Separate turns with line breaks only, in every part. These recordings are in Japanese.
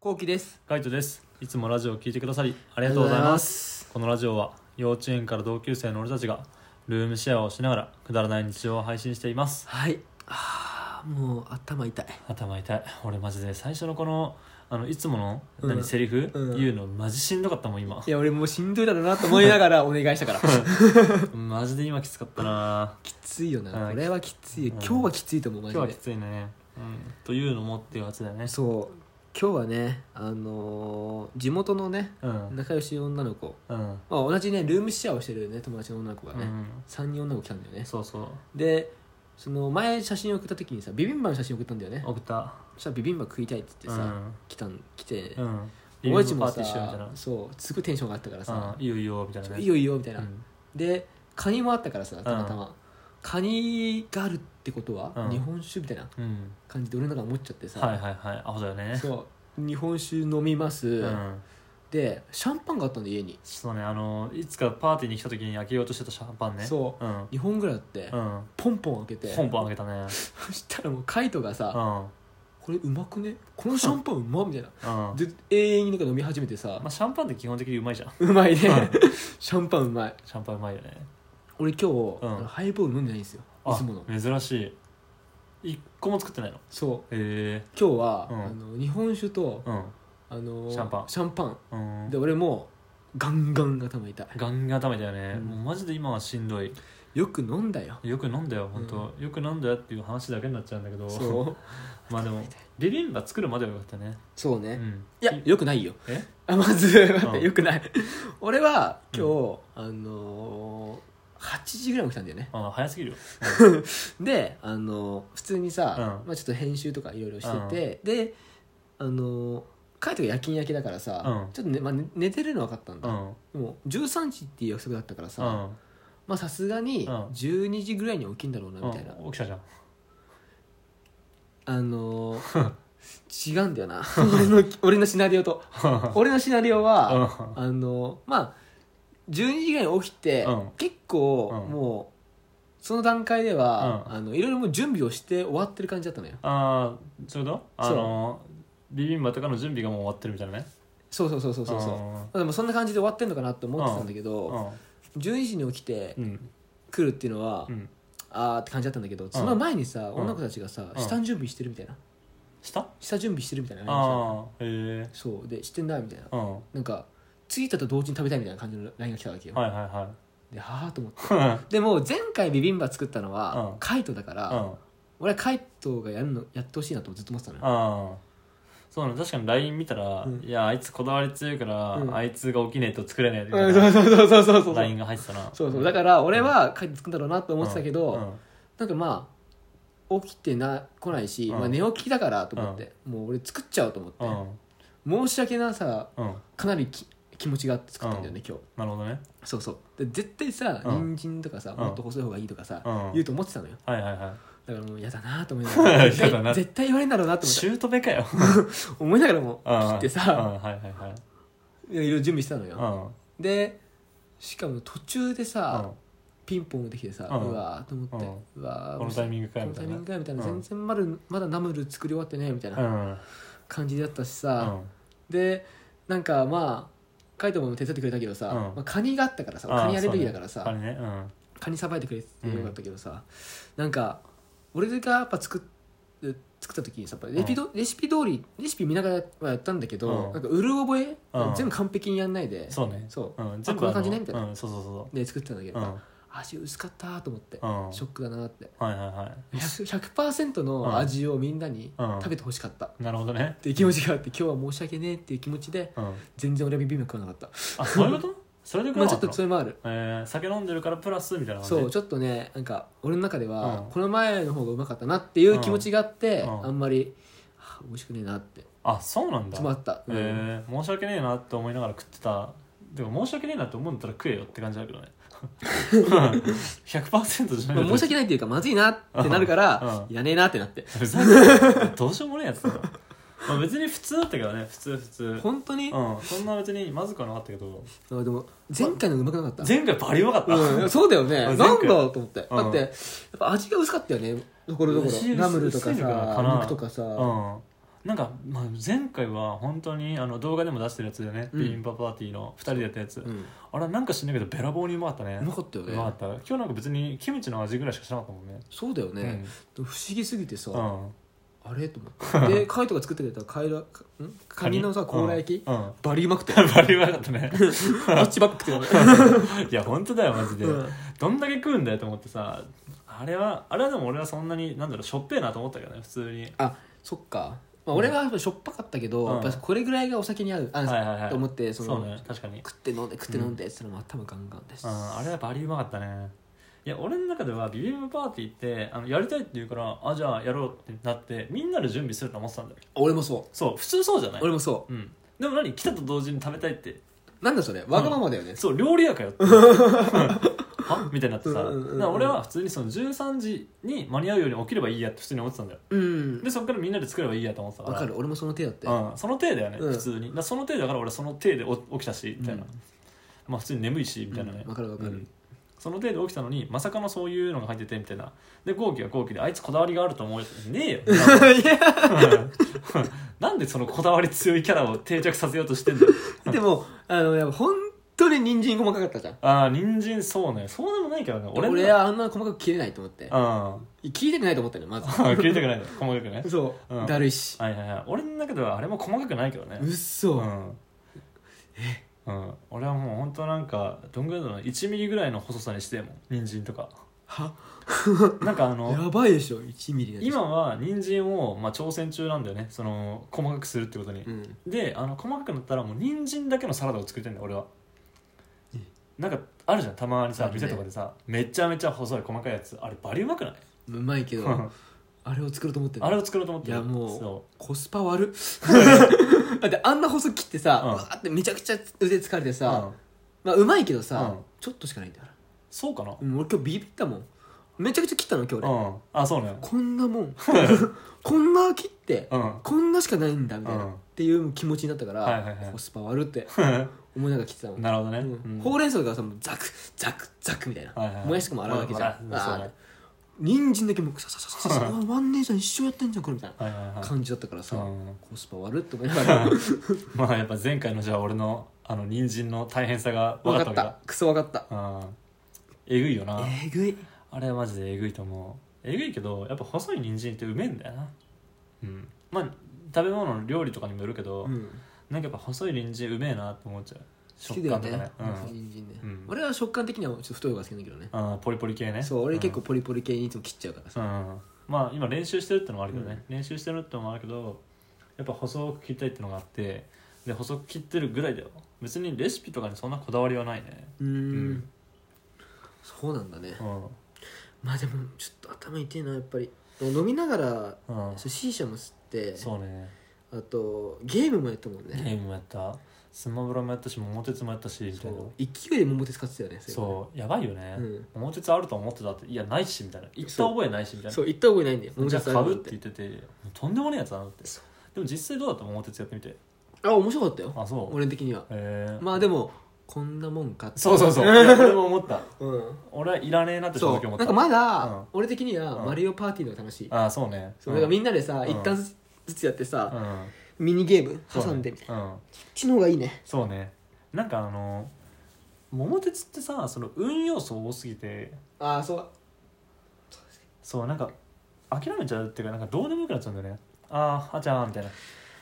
こうきです
ガイトですいつもラジオを聞いてくださりあ
あ
りがとうございます
す
このラジオは幼稚園から同級生の俺たちがルームシェアをしながらくだらない日常を配信しています
はいあーもう頭痛い
頭痛い俺マジで最初のこのあのいつもの
うん
何、セリフ、
うん
言うのマジしんどかったもん今
いや俺もうしんどいだろうなと思いながら お願いしたから
マジで今きつかったな
きついよな
うん
これはきついよ
うん
今日はきついと思うマ
今日はき
ジで
ついね、うん、というのもっていうやつだよね
そう今日はねあのー地元のね
うん
仲良し女の子
うん、
まあ同じねルームシェアをしてるね友達の女の子が
う
ね、
ん、
3人女の子来たんだよね
そうそう
でその前写真送った時にさビビンバの写真送ったんだよね
送った
そしたらビビンバ食いたいって言ってさ、
うん
来たん来て、
うん
俺たちも
パーティーしようみたい
さそうすごいテンションがあったから
な
さ
うんいいよいいよみたい
「
なね
いいよいいよ」みたいな、
うん
でカニもあったからさたまたま、カニがあるってことは、
うん
日本酒みたいな
うん
感じで俺の中思っちゃってさ、
はいはいはいアホだよね
そう日本酒飲みます、
うん
でシャンパンがあったんで家に
そうねあのいつかパーティーに来た時に開けようとしてたシャンパンね
そ
うん
2本ぐらいあって、
うん
ポンポン開けて
ポンポン開けたね
そしたらもうカイトが
う
さ
ん
「これうまくねこのシャンパンうま」みたいな
うん
で永遠になんか飲み始めてさ
まあシャンパンって基本的にうまいじゃん
うまいね
ん
シャンパンうまい
シャンパンうまいよね
俺今日、
うん
ハイボール飲んでないんですよい
あ
つもの
珍しい一個も作ってないのへ
そう
え
今日は、
うん
あの日本酒と、
うん
あの
シャンパン
ン
うん
で俺もガンガン頭痛い
ガンガンダメだよね
うん
もうマジで今はしんどい
よく飲んだよ
よく飲んだよ本当よく飲んだよっていう話だけになっちゃうんだけど
そう
まあでもビビンバ作るまではよかったね
そう
う
ね、
ん
いやよくないよ
え
あまず待って、
うん
よくない俺は今日、あのー、8時ぐらいに起きたんだよね
あ早すぎるよ
で、あのー普通にさ、
うん
まあ、ちょっと編集とかいろいろしてて、であのーカイトが夜勤明けだからさ、
うん
ちょっと、ねまあ、寝寝てるの分かったん
う
だ、
ん
でも13時っていう約束だったから
う
さ、
ん
まあさすがに
うん
12時ぐらいには起きんだろうな
うん
みたいな、
起きたじゃん
あのー違うんだよ な俺の俺のシナリオと俺のシナリオは、
う
あのーまあ12時ぐらいに起きて、
うん
結構
うん
もうその段階では、
うん
あのいろいろもう準備をして終わってる感じだったのよ
ああちょうどあ
そう
のビビンバとかの準備がもう終わってるみたいなね
そうそうそうそうそうそうでもそんな感じで終わってんのかなって思ってたんだけ
う
ど、12
ん
時に起きて
うん
来るっていうのは、
うん
あーって感じだったんだけどその前にさ、女の子たちがさ、
うん
下準備してるみたいな
した
下準備してるみたいなのあるじゃん
ああへえ
そうでしてんだみたいな
うんは
なんか着いたと同時に食べたいみたいな感じの LINE が来たわけ
い
よ、
はいは
ではあと思って
い
でも前回ビビンバ作ったのは、
うん
カイトだから、
うん
俺はカイトがやるのやってほしいなとずっと思ってたのよ
ああそうなの確かに LINE 見たら
うん
「いやあいつこだわり強いから
うん
あいつが起きねえと作れねえ」み
う
たい
んそ
な
うそうそうそうそうそう
LINE が入ってたな
そうそうだから俺はカイト作るんだろうなと思ってたけど、
うん
なんかまあ起きてな来ないし、
うん
まあ、寝起きだからと思って、もう俺作っちゃおうと思って
う、
申
ん
し訳なさ
うんうん
かなりき気持ちがあって作ったんだよね、今日
なるほどね
そうそうで絶対さ、
うん
人参とかさ
ん
もっと細い方がいいとかさ、
うん
言うと思ってたのよ
はいはいは
だからもう嫌だなと思いながら絶
嫌だな
対絶対言われるんだろうなと
い
思っ
シュートべ かよ
た思いながらも
うん
切って
う
さ
んはいはいはい
いろいろ準備してたの
う
よ
ん
でしかも途中で
う
さ
ん
ピンポン打ってきてさ
うん
うわーと思ってうわー
このタイミングか
こ
よ
の
み
タ
た
イ
い
ミ
な
ングかよみたいな
うん
全然まだまだナムル作り終わってねみたいな
うん
感じだったし
う
さ
ん
でなんかまあカイトも手伝ってくれたけどさ
うん
まあカニがあったからさカニやるべきだから
あそ
さ
うねあれねうん
カニさばいてくれてよかったけどさなんか俺がやっぱ作っ作った時にさやっぱレシピど、レシピ通りレシピ見ながらはやったんだけど、
うん
なんかうる覚え、
うん
全部完璧にやんないで
そうね
そう
うん、
あこんな感じね
あの
みたいな
うん、そうそうそ
で作ってたんだけど、
うそううん
あ味薄かったと思って、
うん
ショックだなって
はいはいは
100%, 100の味をみんなに
うん
食べてほしかったっ
いなるほどね
ていう気持ちがあって今日は申し訳ねえっていう気持ちで
うん
全然俺はビビンバ食わなかった
あそういうことそれで食
ま
わ
あ
な
ちょっ
かった
と
の
それもある
えー、酒飲んでるからプラスみたいな感じ
そうちょっとねなんか俺の中では、
うん
この前の方がうまかったなっていう気持ちがあって、
うんうん
あんまり、はあ、美味しくねえなって
あそうなんだ
詰まった、うん
えー、申し訳ねえなって思いながら食ってたでも申し訳ねえなって思うんだったら食えよって感じだけどね 100%じゃな
ま
い
あ申し訳ないっていうかまずいなってなるから、
うん
いらねえなってなって
ふざけんなどうしようもねえやつだな、まあ、別に普通だったけどね普通普通うん
本当に、
そんな別にまずくはなかったけど
あでも前回のうまくなかった、
前回バリうまかった、
うん、そうだよねな
あ前
ん
回
だと思って、
うん
だってやっぱ味が薄かったよねところどこ
薄い薄
ろ
い
ナムルとか
薄いのか
さ
な
肉とかさ、
うん、なんか、まあ、前回は本当にあの動画でも出してるやつだよね、
うん
ビビンバパーティーの2人でやったやつ、
うん
あれなんか知んないけどべらぼうにうまかったね
うまかったよね
うまかった今日なんか別にキムチの味ぐらいしかしなかったもんね
そうだよね、不思議すぎてさ、
うん、うん、
あれと思ってでカイトが作ってくれたカイラんカニのさ甲羅焼き、
うん、うん、
バリうまく て
バリうまかっ たね
あっちばっくて、
いや本当だよマジで、
うん
どんだけ食うんだよと思ってさあれはあれはでも俺はそんなになんだろうしょっぺえなと思ったけどね普通に
あそっか、まあ、俺はやっぱしょっぱかったけど、
うん
やっぱこれぐらいがお酒に合うあ、
はいはいはい
と思ってその
そうね確かに
食って飲んで食って飲んで、そのまあ頭ガンガンです、
うん、あれはバリうまかったねいや俺の中ではビビンバパーティーってあのやりたいって言うからあじゃあやろうってなってみんなで準備すると思ってたんだよ
俺もそう
そう普通そうじゃない
俺もそ
うんでも何来たと同時に食べたいって
うなんだそれわがままだよね、
そう料理屋 かよってはみたいになってさ、
うんうんうんうん
だから俺は普通にその13時に間に合うように起きればいいやって普通に思ってたんだよ
うん
でそっからみんなで作ればいいやと思ってたか
わ
ら
かる俺もその手だって、
うん、その体だよね、
うん
普通にだからその体だから俺その体でお起きたしみたいな、
うん
まあ普通に眠いしみたいなね、
うんわかるわかる
その体で起きたのにまさかのそういうのが入っててみたいなで後期は後期であいつこだわりがあると思うよねえよ
いや
なんでそのこだわり強いキャラを定着させようとしてんだよ
でもあのやっぱ本当に人参細かかったじゃん
ああ人参そうねそうでもないけどね俺
俺
の
はあんな細かく切れないと思って
うん
切りたくないと思ったのよ まず
切りたくないの細かくね
そう、
うん
だるいし
はいはいはい俺の中ではあれも細かくないけどね
うっそ、
うんうん、俺はもう本当なんかどんぐらいだろう1ミリぐらいの細さにしても人参とか
は
なんかあの
やばいでしょ1ミリなんて
今は人参をまあ挑戦中なんだよねその細かくするってことに、
うん
であの細かくなったらもう人参だけのサラダを作りたいんだよ俺は
え
なんかあるじゃんたまに
あ
さ
るね
店とかでさめちゃめちゃ細い細かいやつあれバリうまくないう
まいけどあれを作ろうと思ってんの
あれを作ろうと思って
いやも
そう
コスパ悪 だってあんな細く切ってさ、
うん
わーってめちゃくちゃ腕疲れて
う、う
さ、
ん、
まあうまいけどさ、
うん
ちょっとしかないんだから
そうかな
うん俺今日ビビったもんめちゃくちゃ切ったの今日
う
俺、
ん、あそうね
こんなもん こんな切って、
うん
こんなしかないんだみたいな、
う
っ
ん
ていう気持ちになったから、
はいはいはい
コスパ悪って思いながら切ってたもん
なるほどね、
うん
うん
ほうれん草がさもうザクザクザクみたいな、
はいはいはい
もやしとかも洗うだけじゃん、
うんまあそうね
あー人参だけもうさささささあ万年さん一生やってんじゃんこれみたい
はいはいは
ない感じだったからさ、
うん
コスパ悪って思いな がら
まあやっぱ前回のじゃあ俺のあの人参の大変さが分
分
か
か
っ
ったた
わけだ
クソ分かった
うんえぐいよな
えぐい
あれはマジでえぐいと思うえぐいけどやっぱ細い人参ってうめえんだよなうんまあ食べ物の料理とかにもよるけど、
うん
なんかやっぱ細い人参うめえなって思っちゃう
好きだ
食
よ
感と
ね
かねうん
人参ね、
うん
俺は食感的にはちょっと太い方が好きなんだけどね
あーポリポリ系ね
そう俺
ん
結構ポリポリ系にいつも切っちゃうからさ、
うんまあ今練習してるってのもあるけどね、練習してるってのもあるけどやっぱ細く切りたいってのがあってで細く切ってるぐらいだよ別にレシピとかにそんなこだわりはないね
うーん
うん
そうなんだね、
うん
まあでもちょっと頭痛いなやっぱり飲みながら
うん
そう C 社も吸って
そうね
あとゲームもやったもん
ゲ
ね
ームもやったスマブラもやったし桃鉄もやったしみた
そ
いな
う勢いで桃鉄使ってたよねれはね
そうやばいよね、
うん
桃鉄あると思ってたっていやないしみたいな行った覚えないしみたい
そう行った覚えないんだよ
なじゃあ
あ
買
る
う
の
って言っててもうとんでもないやつだなって
そ
でも実際どうだった桃鉄やってみて
あ面白かったよ
あそうへ
俺的には
え
まあでもこんなもんかって
そ うそうそういや俺も思った
うん
俺はいらねえなって
そ
正直
う
思
な
った
んかま
うん
だ俺的には
うん
マリオパーティーの方が楽しい
ああそうね
そうだからみ
ん
んなでさ
うん
一旦ずつやって
な
さ
うん
ミニゲーム挟んでみたいな
そうね,、うん、
こっちの方がいいね
そうねなんかあの桃鉄ってさその運要素多すぎて
ああそう
そうなんか諦めちゃうっていうかなんかどうでもよくなっちゃうんだよねあーあちゃーみたいな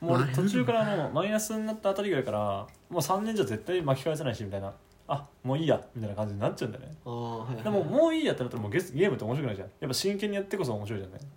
も
まあ
う途中からもうマイナスになったあたりぐらいからもう3年じゃ絶対巻き返せないしみたいなあもういいやみたいな感じになっちゃうんだよね
ああはいはい
でももういいやってなったらもうゲスゲームって面白くないじゃんやっぱ真剣にやってこそ面白いじゃんねだか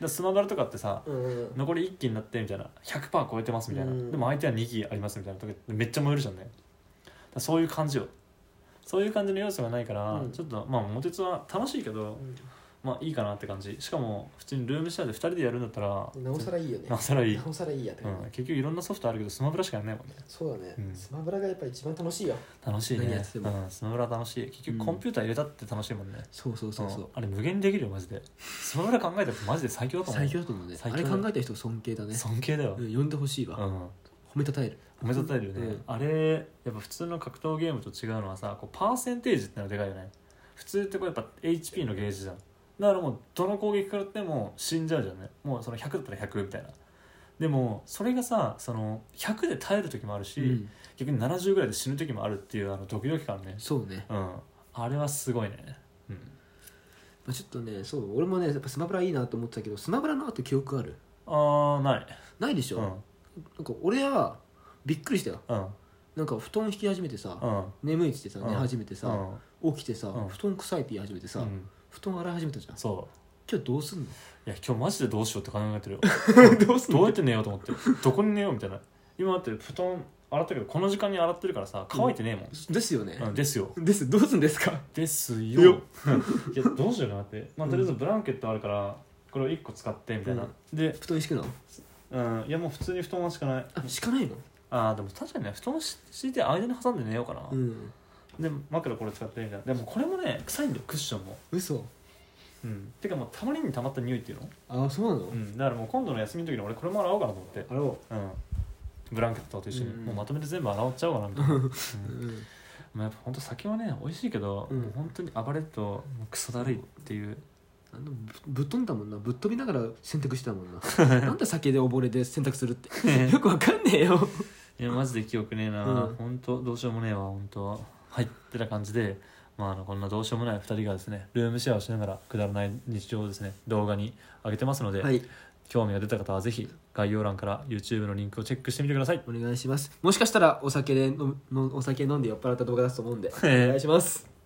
らスマブラとかってさ
うんうん
残り1機になってみたいな100%超えてますみたいな、
うん
でも相手は2機ありますみたいなとかめっちゃ燃えるじゃんねだからそういう感じよそういう感じの要素がないから、
うん
ちょっとまあ桃鉄は楽しいけど、まあいいかなって感じしかも普通にルームシェアで2人でやるんだったら
なおさらいいよね
なおさらいい、
なおさらいいやって
う
感じ
ん、結局いろんなソフトあるけどスマブラしかやらないもんね
そうだね、
うん
スマブラがやっぱ一番楽しいよ
楽しい
何や
ね
ってても
うん、スマブラ楽しい結局
うん
コンピューター入れたって楽しいもんね、
そうそうそうそ
ん
う
あれ無限にできるよマジでスマブラ考えたってマジで最強だと思う
最強だと思うね
最
あ
強
れ
だ
考えた人尊敬だね
尊敬だよ、
うん呼んでほしいわ、
うん
褒めたたえる
おめでたいよね、
うん
あれやっぱ普通の格闘ゲームと違うのはさこうパーセンテージってのがでかいよね普通ってこうやっぱ HP のゲージじゃんだからもうどの攻撃からっても死んじゃうじゃんねもうその100だったら100みたいなでもそれがさその100で耐える時もあるし、
うん、
逆に70ぐらいで死ぬ時もあるっていうあのドキドキ感ね
そうね、
うんあれはすごいねうん
まあ、ちょっとねそう俺もねやっぱスマブラいいなと思ってたけどスマブラの後記憶ある
ああない
ないでしょ、
うん
なんか俺はびっくりしたよ
うん
なんか布団引き始めてさ、
うん
眠いっつってさ
うん
寝始めて
う
さ、
ん
起きてさ、
うん
布団臭いって言い始めてさ、
うん
布団洗い始めたじゃん
そ
今日どうすんの
ういや今日マジでどうしようって考えてるよ
どうすんの
どうやって寝ようと思ってどこに寝ようみたいな今だって布団洗ったけどこの時間に洗ってるからさ乾いてねえもん、
ですよね
うん、ですよ
ですどうすんですか
です
よ
よ いやどうしようかなって、まあ、
うん
とりあえずブランケットあるからこれを1個使ってみたいな、で、
布団敷くの
うん、いやもう普通に布団は敷かない
あ敷かないの
ああでも確かにね布団敷いて間に挟んで寝ようかな、
うん
で枕これ使ってみたいなでもこれもね臭いんだよクッションも
嘘
うんてかもうたまりにたまった匂いっていうの、
ああそうなの、
うん、だからもう今度の休みの時に俺これも洗おうかなと思って
あろ
うんブランケットと一緒に、
うん
もうまとめて全部洗っちゃおうかなみた いな、うん
う、うん、
まあ、やっぱ本当酒はね美味しいけど、
うん
もう本当に暴れるともうクソだるいっていう
あのぶぶっ飛んだもんなぶっ飛びながら洗濯してたもん ななんで酒で溺れて洗濯するってよくわかんねえよ
いやマジで記憶ねえな、
うん
本当どうしようもねえわ本当はいってな感じで、まあ、あのこんなどうしようもない2人がですねルームシェアをしながらくだらない日常をですね動画に上げてますので、
はい
興味が出た方はぜひ概要欄から YouTube のリンクをチェックしてみてください
お願いしますもしかしたらお酒でののお酒飲んで酔っ払った動画出すと思うんでお
え
願いします